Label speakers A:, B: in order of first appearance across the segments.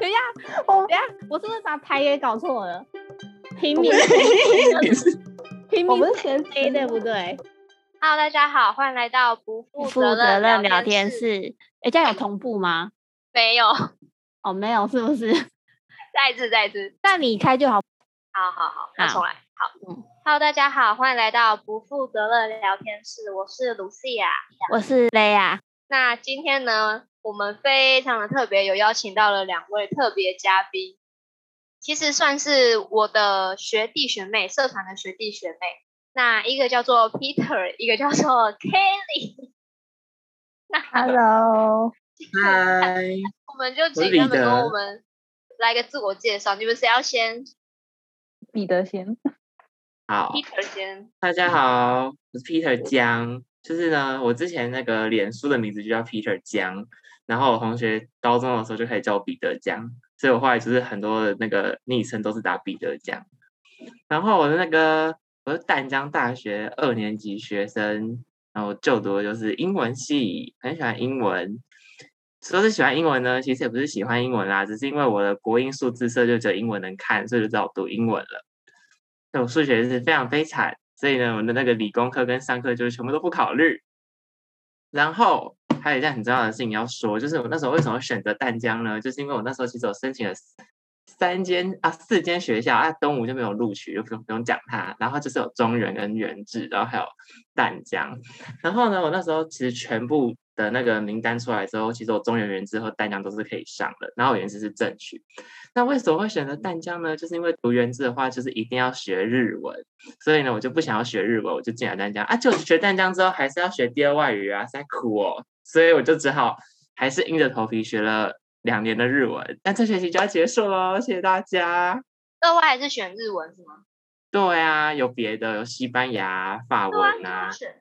A: 等一下，
B: 我
A: 等一下，我是不是把台也搞错了？平民
C: 你是
A: 平
B: 我
A: 民
B: 们是前
A: A 对不对？
D: Hello，大家好，欢迎来到不
B: 不
D: 负
B: 负责任
D: 任
B: 聊天
D: 天室。
B: 室，
A: 哎，这样有同步吗？
D: 没有，
A: 哦，没有，是不是？
D: 再一次，再一次，
A: 那你开就好。
D: 好好好，那
A: 好
D: 重来。好
A: 嗯
D: ，Hello，大家好，欢迎来到不负责任聊天室，我是卢西亚。
B: 我是雷亚，
D: 那今天呢，我们非常的特别，有邀请到了两位特别嘉宾，其实算是我的学弟学妹，社团的学弟学妹。那一个叫做 Peter，一个叫做 Kelly。那
B: Hello，
C: 嗨，
D: 我们就
C: 是
D: 请
C: 李
D: 他们跟
C: 德
D: 我们来个自我介绍。你们谁要先
B: 彼得先，
C: 好，
D: ？Peter 先。
C: 大家好，我是 Peter 江，就是呢，我之前那个脸书的名字就叫 Peter 江，然后我同学高中的时候就开始叫我彼得江，所以我后来就是很多的那个昵称都是打彼得江。然后我的那个我是淡江大学二年级学生，然后就读的就是英文系，很喜欢英文。说是喜欢英文呢，其实也不是喜欢英文啦，只是因为我的国英数字社就只有英文能看，所以就只好读英文了。那我数学是非常悲惨，所以呢，我的那个理工科跟商科就是全部都不考虑。然后还有一件很重要的事情要说，就是我那时候为什么选择淡江呢？就是因为我那时候其实我申请了四三间啊四间学校啊，东吴就没有录取，就不用不用讲它。然后就是有中原跟原治，然后还有淡江。然后呢，我那时候其实全部的那个名单出来之后，其实我中原、原治和淡江都是可以上的，然后我原治是正取。那为什么会选择淡江呢？就是因为读原治的话，就是一定要学日文。所以呢，我就不想要学日文，我就进来淡江啊。就学淡江之后，还是要学第二外语啊，实在苦哦。所以我就只好还是硬着头皮学了两年的日文。那这学期就要结束喽，谢谢大家。
D: 那我还是选日文是吗？
C: 对啊，有别的，有西班牙、法
D: 对啊，
C: 文
D: 你
C: 啊
D: 要。选。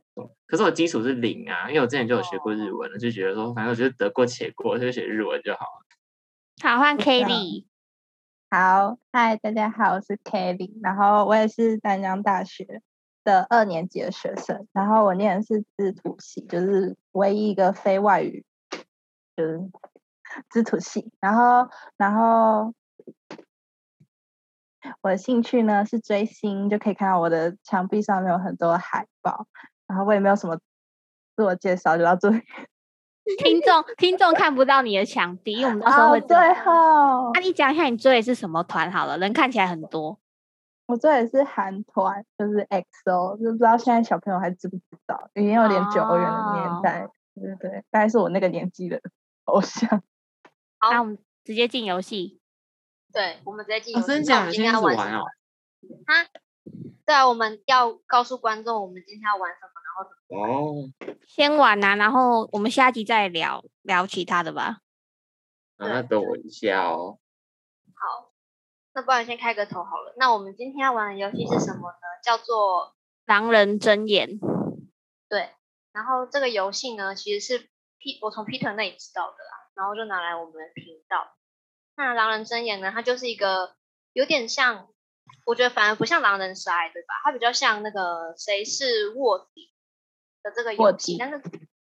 C: 可是我基础是零啊，因为我之前就有学过日
D: 哦
C: 文了，就觉得说，反正我就是得过且过，就学日文就好。
B: 好换
A: 知道
B: Kelly，
E: 好，嗨，大家好，我是 Kelly，然后我也是南洋大学的二年级的学生，然后我念的是制图系，就是唯一一个非外语，就是制图系，然后，然后我的兴趣呢是追星，就可以看到我的墙壁上面有很多海报，然后我也没有什么自我介绍，就到这里。
B: 听众听众看不到你的墙壁，因为我们到时候
E: 哦
B: 会啊
E: 对哦
B: 那、，你讲一下你追的是什么团好了，人看起来很多，
E: 我这也是韩团，就是 XO，就不知道现在小朋友还知不知道，已经有点久远的
B: 哦
E: 年代，对对对，大概是我那个年纪的 偶像。
D: 好
B: 那我们直接进游戏。
D: 对，我们直接进游
C: 哦
D: 戏。
C: 真的
D: 那我
C: 假
D: 们
C: 的
D: 今
C: 现
D: 天
C: 在
D: 要
C: 是
D: 玩
C: 玩
D: 什么
C: 哦？
D: 哈？对啊，我们要告诉观众我们今天要玩什么。
C: 哦，
B: 先玩呐、然后我们下集再聊聊其他的吧。
C: 好那等我一下哦。
D: 那不然先开个头好了。那我们今天要玩的游戏是什么呢？叫做
B: 狼人睁眼，
D: 对，然后这个游戏呢，其实是 P 我从 Peter 那里知道的啦，然后就拿来我们的频道。那狼人睁眼呢，它就是一个有点像，我觉得反而不像狼人杀欸，对吧？它比较像那个谁是卧底的这个
E: 卧
D: 游戏，
E: 底
D: 但是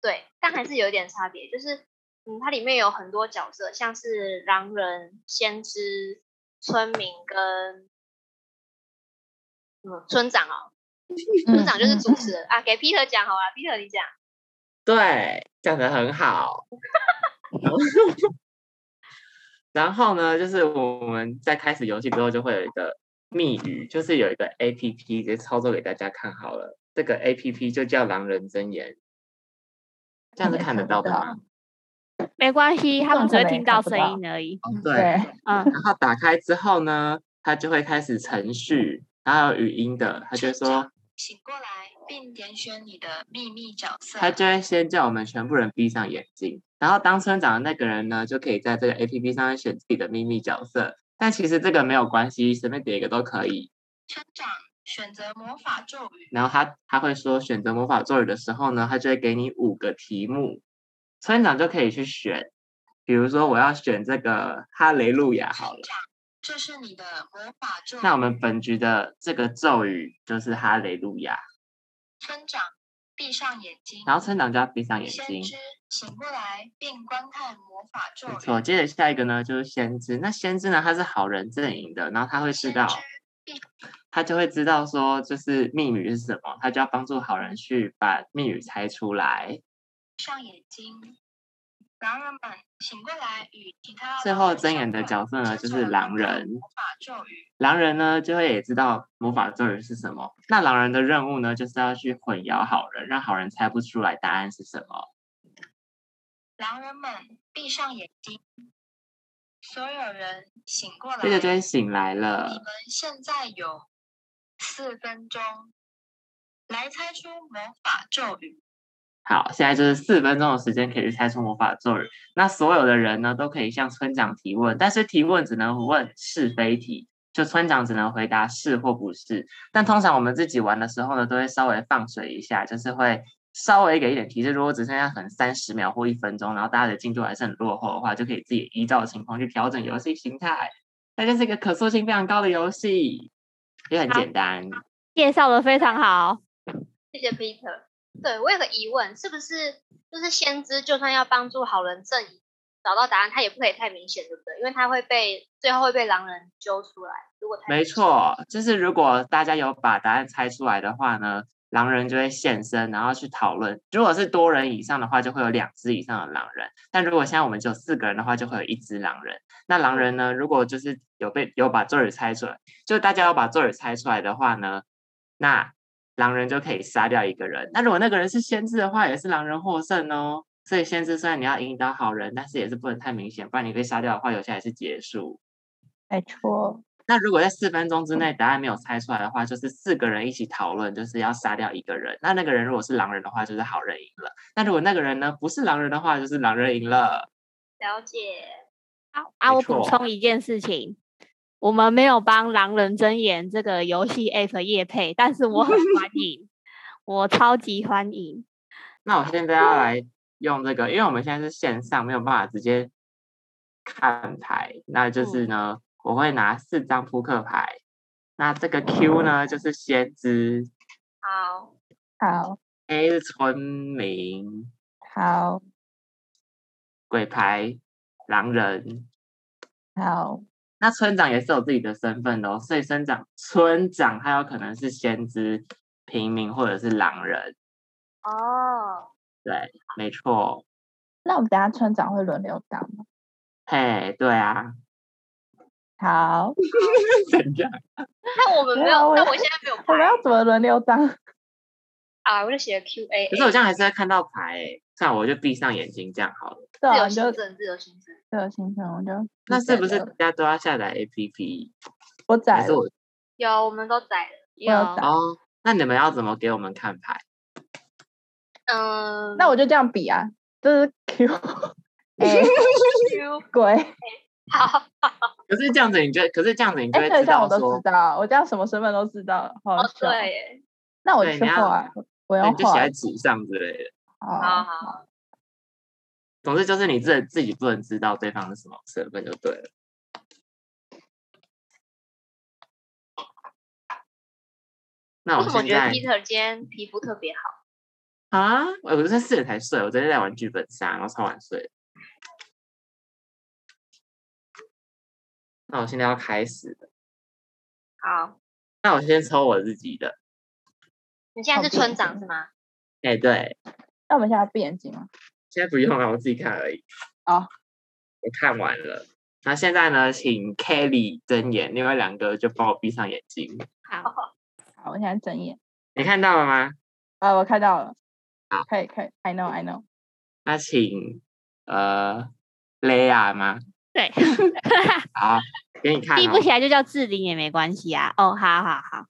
D: 对，但还是有一点差别，就是嗯，它里面有很多角色，像是狼人、先知、村民跟嗯村长哦，
E: 嗯
D: 村长
C: 嗯
D: 就是主持人、啊，给 Peter 讲好了，Peter 你讲。
C: 对，讲的很好。 然后呢，就是我们在开始游戏之后，就会有一个密语，就是有一个 A P P 直接操作给大家看好了。这个 A P P 就叫狼人睁眼，这样子
E: 也
C: 看得
E: 看不
C: 到的
E: 到
C: 吗？
B: 没关系，他们只会
E: 可能也
B: 听到
E: 看不
B: 声
E: 到
B: 音而已。
C: 哦，
E: 对，
B: 嗯，
C: 然后打开之后呢，它就会开始程序，然后有语音的，它就会说，
F: 醒过来，并点选你的秘密角色。
C: 他就会先叫我们全部人闭上眼睛，然后当村长的那个人呢，就可以在这个 A P P 上面选自己的秘密角色。但其实这个没有关系，随便点一个都可以。
F: 村长选择魔法咒语。
C: 然后他他会说选择魔法咒语的时候呢，他就会给你五个题目，村长就可以去选。比如说我要选这个哈雷路亚好了
F: 村，长，这是你的魔法咒语。
C: 那我们本局的这个咒语就是哈雷路亚。
F: 村长，闭上眼睛，
C: 然后村长就要闭上眼
F: 先
C: 睛。
F: 知醒过来并观看魔法咒
C: 没
F: 语。
C: 错，接着下一个呢就是先知。那先知呢，他是好人阵营的，然后他会知
F: 先
C: 道
F: 知，嗯
C: 他就会知道说就是密语是什么，他就要帮助好人去把密语猜出来。
F: 闭上眼睛，狼人们醒过来与其哦他
C: 最
F: 狼
C: 后
F: 人
C: 睁
F: 相
C: 眼的
F: 反
C: 角色呢
F: 接
C: 就
F: 着
C: 是
F: 观
C: 狼
F: 看
C: 人
F: 魔法咒语
C: 狼人呢就会也知道魔法咒语是什么。那狼人的任务呢，就是要去混淆好人，让好人猜不出来答案是什么。
F: 狼人们闭上眼睛，所有人醒过来。
C: 接着就会醒来
F: 你
C: 了
F: 们。现在有四分钟来猜出魔法咒语。
C: 好，现在就是四分钟的时间可以去猜出魔法咒语。那所有的人呢，都可以向村长提问，但是提问只能问是非题，就村长只能回答是或不是。但通常我们自己玩的时候呢，都会稍微放水一下，就是会稍微给一点提示。如果只剩下可能三十秒或一分钟，然后大家的进度还是很落后的话，就可以自己依照情况去调整游戏形态。那就是一个可塑性非常高的游戏，也很
B: 好
C: 简单。
B: 介绍的非常好。
D: 谢谢 Peter。对我有个疑问，是不是就是先知就算要帮助好人正义找到答案，他也不可以太明显，对不对？因为他会被最后会被狼人揪出来。如果太
C: 没
D: 明显，
C: 错，就是如果大家有把答案猜出来的话呢，狼人就会现身，然后去讨论。如果是多人以上的话，就会有两只以上的狼人；但如果现在我们只有四个人的话，就会有一只狼人。那狼人呢，如果就是有被有把咒语猜出来，就大家有把咒语猜出来的话呢，那狼人就可以杀掉一个人。那如果那个人是先知的话，也是狼人获胜哦。所以先知虽然你要引导好人，但是也是不能太明显，不然你被杀掉的话，游戏还是结束。
E: 没错，
C: 那如果在四分钟之内答案没有猜出来的话，就是四个人一起讨论，就是要杀掉一个人。那那个人如果是狼人的话，就是好人赢了；那如果那个人呢不是狼人的话，就是狼人赢了。
D: 了解。
B: 啊啊！
C: 没
B: 我补
C: 错
B: 充一件事情，我们没有帮《狼人真言》这个游戏 app 夜配，但是我很欢 迎，我超级欢迎。
C: 那我现在要来用这个，因为我们现在是线上，没有办法直接看牌。那就是呢，我会拿四张扑克牌。那这个 Q 呢，就是先知
D: 好，
E: 好
C: ，A 是村民，
E: 好
C: 鬼牌狼人，
E: 好
C: 那村长也是有自己的身份的哦，所以村长村长他有可能是先知、平民或者是狼人，
D: 哦，
C: 对，没错，
E: 那我们等下村长会轮流当吗。
C: 嘿，对 啊，
E: 好，
C: 怎样？
D: 那我们没
E: 没有
D: 有，
E: 我
D: 那我现在没有
E: 我们
D: 牌
E: 要怎么轮流当？
D: 啊，我就写了 Q A，
C: 可是我这样还是会看到牌欸，算了，我就闭上眼睛这样好了。
E: 对
D: 自
E: 啊，
D: 由
E: 你就
D: 新
E: 自
D: 政，自由新政。
E: 由行程，我就
C: 那是不
E: 自己
C: 是大
E: 的
C: 家都要下载 APP？
E: 我宰
C: 还是
E: 了？
C: 我
D: 有，我们都载了。
B: 有
E: 要打
C: 哦？那你们要怎么给我们看牌？
D: 嗯，
E: 那我就这样比啊，这是 Q A
D: Q
E: 鬼，
D: 好，
C: 可是这样子你就，可是这样子你就
E: 哎，
C: 会
E: 对，
C: 知
E: 这样我
C: 道
E: 都
C: 说
E: 知，道，我这样什么身份都知道，好
D: 哦
E: 笑。
D: 对耶，
E: 那我
C: 对
E: 去
C: 你要
E: 画，我
C: 那
E: 要
C: 你哎就写
E: 画
C: 在，纸上啊之类的。
D: 好
E: 好，
D: 好，
C: 总之就是你自己自己不能知道对方是什么身份就对了。那
D: 为
C: 我
D: 什么我
C: 现
D: 觉得
C: 在
D: Peter 今天皮肤特别好？
C: 啊，我昨天四点才睡，我昨天在玩剧本杀，然后超晚睡。那我现在要开始了，
D: 好，
C: 那我先抽我自己的。
D: 你现在
E: 好
D: 是
E: 闭
D: 村
E: 眼
D: 长
E: 睛
D: 是吗？
C: 哎、对，
E: 那我们现在闭眼睛吗？
C: 现在不用了，啊我自己看而已。
E: 哦，
C: 我看完了。那现在呢，请 Kelly 睁眼，另外两个就帮我闭上眼睛。
B: 好，
E: 好，我现在睁眼，
C: 你看到了吗？
E: 啊，我看到了
C: 好，
E: 可以可以，I know I know，
C: 那请呃 Lea 吗？
B: 对，
C: 好，给你看、
B: 记
C: 哦
B: 不。起来就叫志玲也没关系啊。哦，好好好，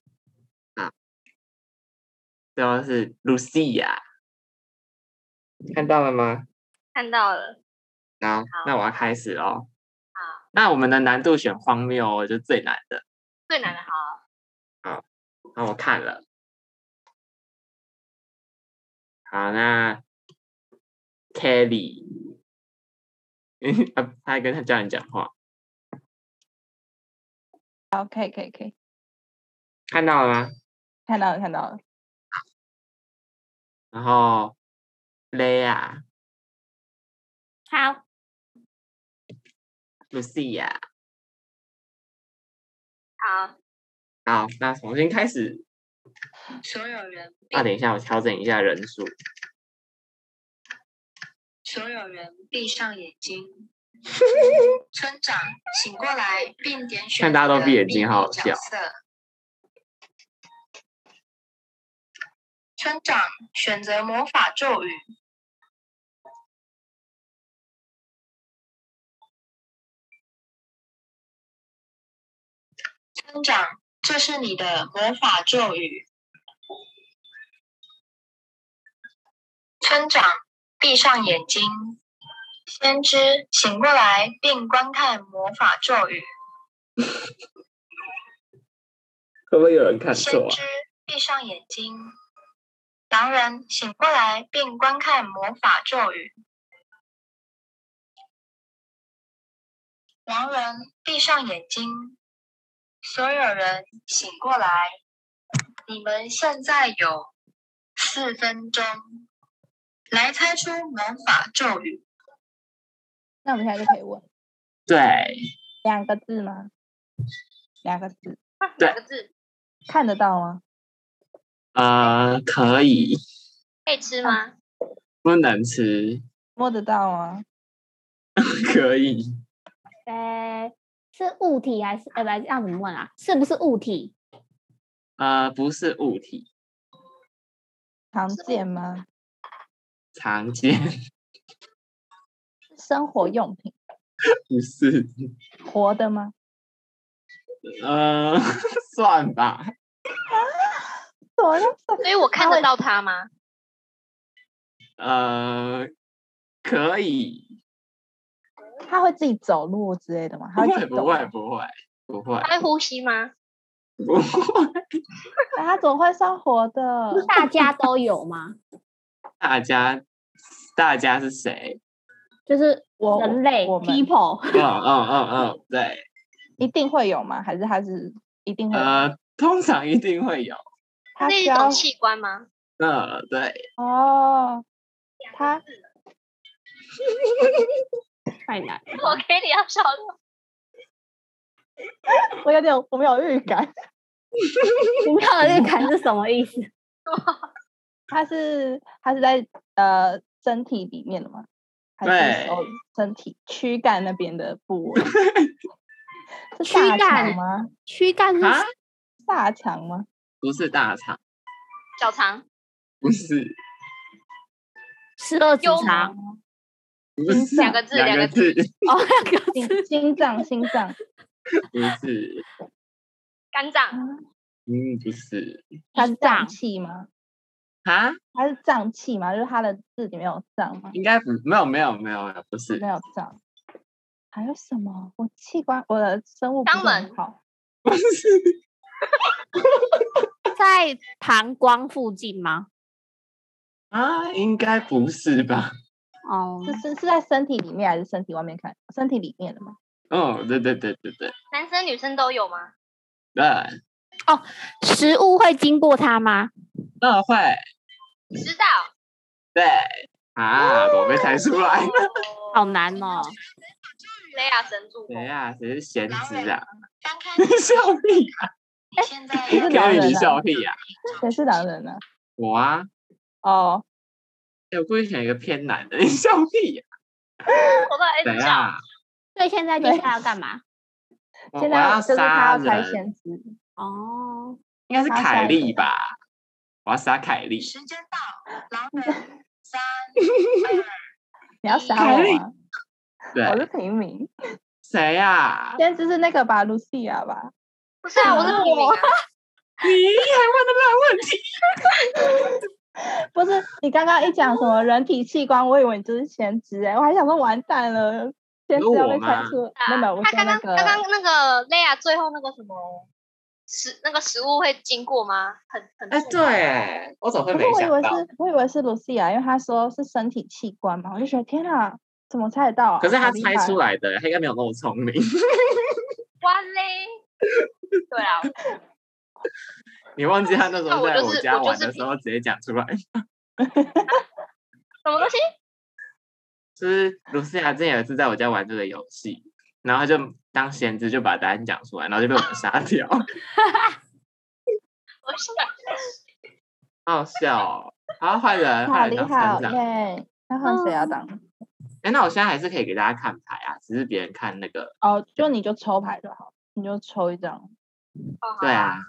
C: 最后是 Lucia，看到了吗？
D: 看到了，
C: 好，那我要开始哦。那我们的难度选荒谬哦，就最难的。
D: 最难的好，
C: 那我看了。好，那 Kelly，他他还跟他家人讲话，
E: 好，可以可以可以，
C: 看到了吗？
E: 看到了看到了，
C: 然后 Lea、
B: 好，
C: Lucia。
D: 好，
C: 好，那重新开始。
F: 所有人
C: 那、
F: 闭
C: 等一下，我调整一下人数。
F: 所有人闭上眼 睛。村长醒过来，并点选
C: 看大家都
F: 你的
C: 闭眼睛
F: 秘密
C: 好好
F: 角
C: 笑
F: 色村长选择魔法咒语，村长，这是你的魔法咒语。村长，闭上眼睛。先知醒过来，并观看魔法咒语。
C: 会不会有人看啊
F: 先知闭上眼睛。狼人醒过来，并观看魔法咒语。狼人闭上眼睛。所有人醒过来，你们现在有四分钟来猜出魔法咒语。
E: 那我们现在就可以问
C: 对，
E: 两个字吗？两个字
C: 对
D: 两个字，
E: 看得到吗？
C: 呃，可以，
D: 可以吃
E: 啊
D: 吗？
C: 不能吃，
E: 摸得到吗？
C: 可以，
A: 呃，是物体还是呃，不，让你问啊，是不是物 体？
C: 呃，不是物体，
E: 常见吗？
C: 常见，
E: 生活用品
C: 不是，
E: 活的吗？
C: 呃， 算吧，
E: 怎么用
D: 所以我看得到它吗？
C: 呃，可以，
E: 它会自己走路之类的吗？
C: 不
E: 它
C: 会，
E: 自己
C: 不
E: 动
C: 会，
E: 吗？
C: 不会，不会，
D: 它会呼吸吗？
C: 不会，
E: 那它怎么会算活的？
A: 大家都有吗？
C: 大家，大家是谁？
A: 就是
E: 我
A: 人类
E: 我们
A: people
C: 嗯嗯嗯嗯，对，
E: 一定会有吗？还是它是一定会有？
C: 呃，通常一定会有，
E: 它
D: 是
E: 需
D: 一
E: 要
D: 种器官吗？
C: 嗯，对，
E: 哦，它
A: 太难了。
D: 我给你要笑的，
E: 我有点我没有预感，
A: 你没有
E: 嗯
A: 预感是什么意思？
E: 它是它是在呃身体里面的吗？还是
C: 对
E: 手身体躯干那边的部位？是
A: 躯干
E: 大肠吗？
A: 躯干是
C: 啊，
E: 大肠吗？
C: 不是大肠，
D: 脚长，
C: 不是。
B: 十二指
D: 幽默
B: 肠，
C: 不
E: 心
C: 是
E: 脏
D: 两个字，
C: 两
D: 两
C: 个
D: 个字，
C: 字，
B: 哦，两个
E: 心
B: 字，
E: 心脏心脏
C: 不是，
D: 肝脏，
C: 嗯，不是
E: 它是脏
B: 脏
E: 器吗？
C: 啊，
E: 它是脏器吗？就是它的字里面有脏吗？
C: 应该不，没有，没有，没有，没有，不是
E: 没，有脏。还有什么？我器官，我的生物不是
D: 肛
E: 很
D: 门
E: 好。
C: 不是，
B: 在膀胱附近吗？
C: 啊，应该不是吧？
B: 哦，
E: 是是是在身体里面还是身体外面看？身体里面的吗？
C: 哦，对对对对对
D: 男生女生都有吗？
C: 对，
B: 食物会经过它吗？
C: 那会，
D: 知道，
C: 对，啊，我被猜出
E: 哦
C: 来了，
B: 好难哦，
D: 雷亚神助攻
C: 谁，啊？谁是贤
F: 狼
C: 子
F: 人
C: 啊？
F: 翻开
C: 你
F: 你的
C: 笑屁
F: 你现在
E: 你是
F: 要
E: 狼
C: ，Gary，
E: 人
C: 你
E: 啊
C: 笑屁啊！
E: 谁是狼人呢、
C: 我啊，
E: 哦，
C: 哎，我故意选一个偏难的，你笑屁啊，
D: 我都
C: 谁
D: 很哎笑，
C: 啊？
A: 所以现在接
E: 对
A: 下来要干嘛？
C: 我
E: 现
C: 我要
E: 在就是
C: 杀
E: 他要猜
C: 人，
E: 先知，
A: 哦，
C: 应该是
E: 他要杀
C: 凯莉
E: 人
C: 吧？我要杀凯莉，
F: 时间到，狼人三二
E: 你要杀
C: 凯莉
E: 我吗？我是
C: 对，
E: 平民，
C: 谁啊？
E: 先知是那个吧，露西亚吧？
D: 不是啊，我是平民啊，
C: 你还问得烂问题？
E: 不是，你刚刚一讲什么人体器官，我以为你就是先知哎、我还想说完蛋了，先
C: 说
E: 知要
C: 我
E: 被猜
C: 吗
E: 出，
D: 啊
E: 没有没有，我
D: 他
E: 说
D: 刚
E: 那
D: 刚
E: 个
D: 刚刚那个雷亚最后那个什么食那个食物会经过吗？很很
C: 哎、
D: 重
C: 对，哎，我怎么会
E: 可
C: 没
E: 是我以
C: 想
E: 为
C: 到？
E: 是，我以为是露西亚，因为他说是身体器官嘛，我就觉得天啊，怎么猜得到、啊？
C: 可是
E: 好
C: 他
E: 厉
C: 猜
E: 害
C: 出
E: 哦
C: 来的，他应该没有那么聪明。
D: 哇嘞，对啊，
C: 你忘记他那时候
D: 我
C: 在
D: 就
C: 我
D: 是
C: 家
D: 我就
C: 玩
D: 是
C: 的时候直接讲出来，
D: 什么东西？
C: 就是卢思雅之前有一次在我家玩这个游戏，然后她就当闲置就把答案讲出来，然后就被我们杀掉，
D: 我是
C: 好笑、哦。好，换人，
E: 好
C: 换
E: 厉
C: 人当
E: 害
C: 船
E: 哦
C: 长。
E: 耶！那换谁
D: 嗯
E: 要当？
C: 哎、那我现在还是可以给大家看牌啊，只是别人看那个。
E: 哦，就你就抽牌就好，你就抽一张，
C: 对，啊，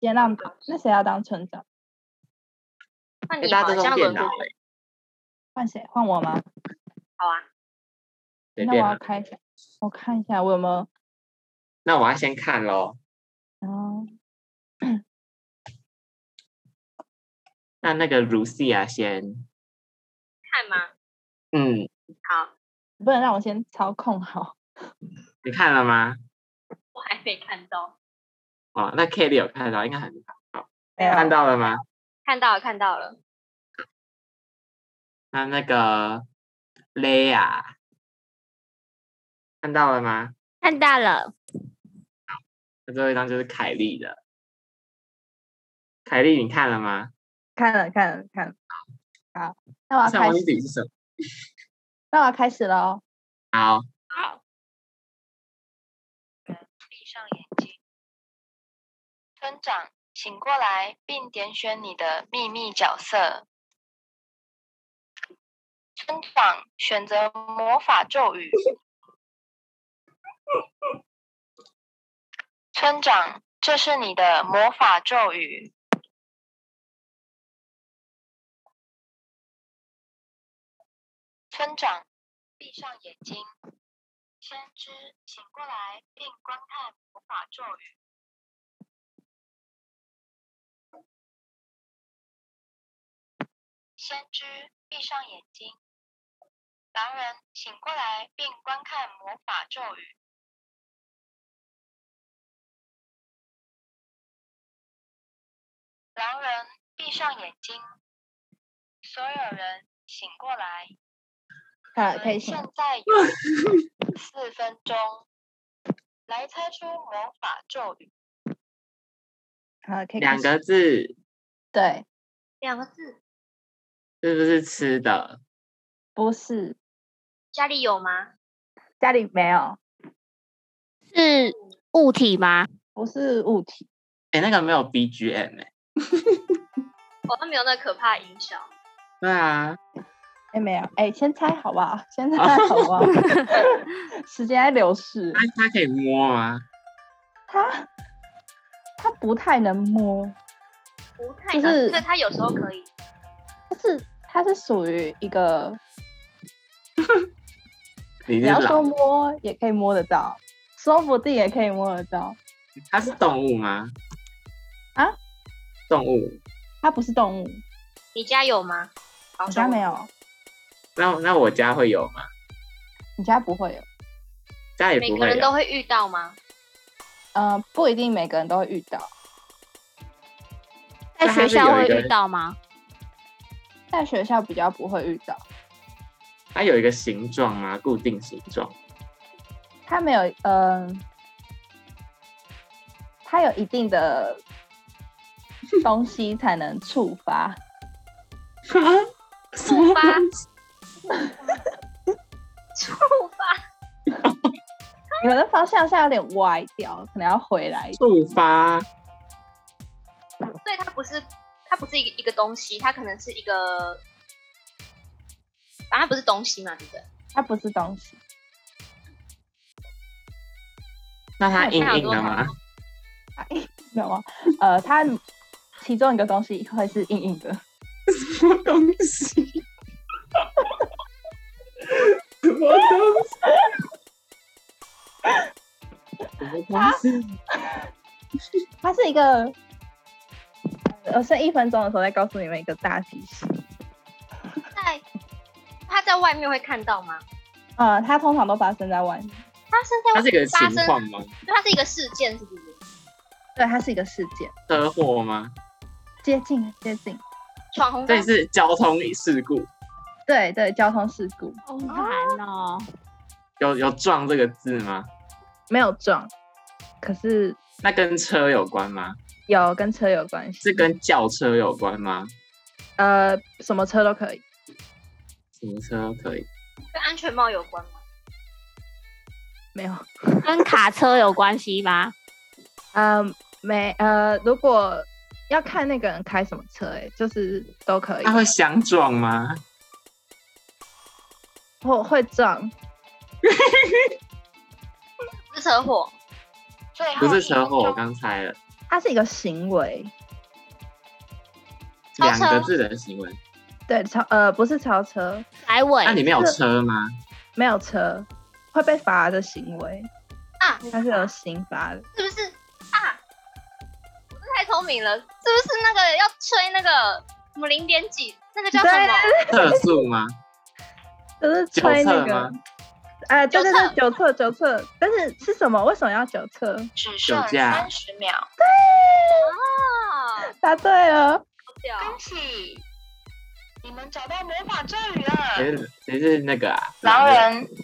E: 先让那谁要当村长？
D: 那
C: 哎、
D: 你
C: 大
D: 好
C: 家都
D: 像
C: 用电
D: 轮
C: 脑
D: 过
C: 欸，
E: 换谁？换我吗？
D: 好啊，
C: 随
E: 那我
C: 便
E: 要
C: 啊。
E: 开一下，我看一下我有没有。
C: 那我要先看喽。
E: 哦，
C: 那那个卢西亚先，
D: 看吗？
C: 嗯，
D: 好，
E: 不能让我先操控好。
C: 你看了吗？
D: 我还没看到，
C: 哦，那 Kelly 有看到，应该很
E: 没有
C: 看到了吗？
D: 看到了，看到了，
C: 那那个 Lea 看到了吗？
B: 看到了，
C: 那最后一张就是凯莉的。凯莉，你看了吗？
E: 看了看了看了。好，那我要
C: 上
E: 开
C: 文
E: 始，
C: 底是什么？
E: 那我要开始喽。
C: 好，
F: 闭上眼睛。村长，醒过来，并点选你的秘密角色。村长选择魔法咒语。村长，这是你的魔法咒语。村长，闭上眼睛。先知醒过来并观看魔法咒语。先知闭上眼睛，狼人醒过来并观看魔法咒语。狼人闭上眼睛，所有人醒过来。
E: 看
B: 呃
E: 呃
F: 我
E: 了可以
F: 们
E: 请
F: 现在有四分钟来猜出魔法咒语。
E: 好可以开
C: 两
E: 始
C: 个字
E: 对，
D: 两个字，
C: 是不是吃的？
E: 不是
D: 家里有吗？
E: 家里没有，
B: 是物体吗？
E: 不是物体，
C: 哎、那个没有 BGM 哎、
D: 我哦都没有那可怕的音效，
C: 对啊，
E: 哎没有，哎先猜好不好？先猜好不 好？时间在流逝
C: 那，它可以摸吗？
E: 它它不太能摸，
D: 不太
E: 就
D: 能，
E: 是
D: 对，它有时候可
C: 啊
D: 以，
E: 它是它是属于一个
C: 你
E: 你
C: 是
E: 要说
C: 老，
E: 摸也可以摸得到，说不定也可以摸得到。
C: 它是动物吗？
E: 啊？
C: 动物？
E: 它不是动物，
D: 你家有吗？好
E: 你家没，有，
C: 那那我家会有吗？
E: 你家不会有。
C: 家里
D: 每
C: 不
D: 个
C: 会啊
D: 人都
C: 有。
D: 会遇到吗？
E: 呃，不一定每个人都会遇到，
B: 在
C: 那它
B: 学
C: 是
B: 校
C: 有
B: 会
C: 一个
B: 遇到吗？
E: 在学校比较不会遇到。
C: 它有一个形状吗？固定形 状？
E: 它没有，嗯、它有一定的东西才能触发。
D: 触发，触发，
E: 你们的方向是有点歪掉，可能要回来一点。
C: 触发？
D: 所以它不是，它不是一个一个东西，它可能是一个，反正它不是东西嘛，对不对？
E: 它不是东西，
C: 那它
E: 那
C: 硬
D: 它有
C: 硬
D: 多
C: 的
D: 好
C: 吗？
E: 知道吗？呃，它其中一个东西会是硬硬的，
C: 什么东西？ 什么东西？ 什么东西？
E: 它是一个。呃我剩一分钟的时候再告诉你们一个大提示。
D: 在，它在外面会看到吗？
E: 呃，它通常都发生在外面，
D: 发生在
C: 它是一个
D: 发
C: 情
D: 生，
C: 况吗？
D: 就它是一个事件，是不是？
E: 对，它是一个事件，
C: 车祸吗？
E: 接近了接近了，
D: 闯红
C: 这
D: 灯
C: 里，是交通事故，
E: 对对，交通事故
B: 好难哦，
C: 有有撞这个字吗？
E: 没有撞，可是
C: 那跟车有关吗？
E: 有跟车有关系，
C: 是跟轿车有关吗？
E: 呃，什么车都可以。
C: 什么车可以？
D: 跟安全帽有关吗？
E: 没有，
B: 跟卡车有关系吗？
E: 呃，没，呃，如果要看那个人开什么车、欸，就是都可以
C: 它，会相撞吗？
E: 或会撞，
D: 是车祸，
F: 最后
C: 不是
F: 一
C: 车祸，
F: 分
C: 我
F: 钟
C: 刚猜了，
E: 它是一个行为，
D: 超
C: 两
D: 车
C: 个字的行为。
E: 对，超呃不是超车，
B: 来尾
C: 那里面有车吗？
E: 没有车会被罚的行为，
D: 啊，
E: 它是有刑罚的，
D: 是不是啊？我是太聪明了，是不是那个要吹那个什么零点几？那个叫什么？
C: 测速吗？
E: 就是
C: 酒
E: 吹那
C: 测
E: 个
C: 吗？，
E: 呃，对对
D: 酒
E: 对，酒测酒测，但是是什么？为什么要酒测？
F: 只剩
C: 驾
F: 三十秒，
D: 啊，
E: 答对哦了，
D: 好 屌
F: 恭喜你们找到魔法咒语
C: 谁
F: 了。
C: 是谁是那个啊？
F: 狼人，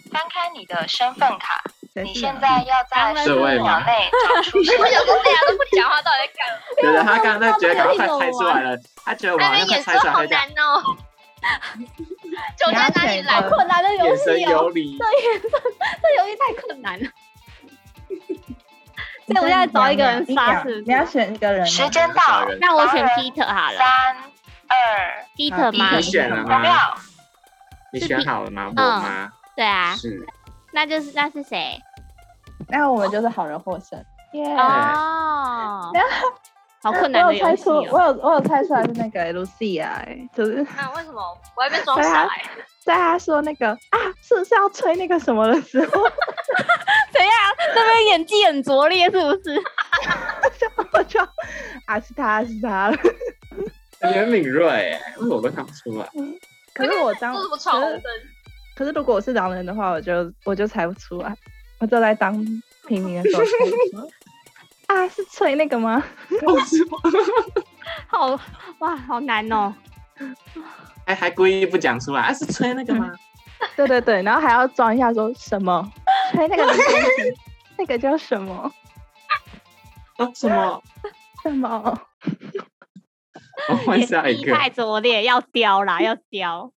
F: 翻开你的身份卡，
E: 谁
F: 你
E: 是
F: 现
E: 狼
F: 在要在
C: 人
F: 十五
C: 是
F: 秒
C: 吗
F: 内找 出是
D: 我想说大家啊都不讲话，到底在干嘛？
C: 觉得他刚刚在觉得赶快
B: 我
C: 猜出来了，他觉得我
D: 那
C: 好像
D: 边
C: 快
D: 演
C: 猜出
D: 说
C: 来，
D: 好
C: 他讲
D: 难哦， 酒在哪里来？
G: 困难的游
C: 眼神
G: 戏
C: 游
G: 哦，
C: 离。
G: 这游戏太困难了。
E: 你
B: 所以我
E: 现在
B: 要找一个人
E: 几
B: 杀
E: 秒
B: 是不是
E: 你要选一个人啊，
F: 时间到，
B: 那我选
F: 狼人
B: Peter 好了
F: 三 二
B: 啊，Peter 吗？
C: 你选了
F: 投
C: 吗？
F: 票，
C: 你
B: 是
C: 选
B: P-
C: 好了吗？我
B: 嗯
C: 吗？
B: 对啊，
C: 是
B: 那就是那是谁？
H: 那我们就是好人获胜。
E: 耶
B: 哦，好困难
E: 我
B: 的
E: 有
B: 游
E: 猜
B: 戏
E: 出，我
B: 哦。
E: 有我有猜出来是那个、欸、Lucia，、欸、就是
D: 啊，为什么我还被装傻哎、欸？
E: 在他说那个啊，是不是要吹那个什么的时候，
B: 怎样？这边演技很拙劣是不是？
E: 我就啊是他是他了。
C: 你很敏锐欸，为什么我都看不出来？
E: 可是我当
D: 这是什么闯
E: 可
D: 红
E: 是
D: 灯？
E: 可是如果我是狼人的话，我就我就猜不出来，我就来当平民的时候猜不出来啊是吹那个吗？
B: 好哇，好难哦。
C: 还哎还故意不讲出来，啊，是吹那个吗？
E: 对对对，然后还要装一下说什么吹那个的东西那个叫什么
C: 哦，什么？
E: 什么？
C: 我换下
B: 演
C: 一
B: 技
C: 个。
B: 太拙劣，要雕啦，要雕。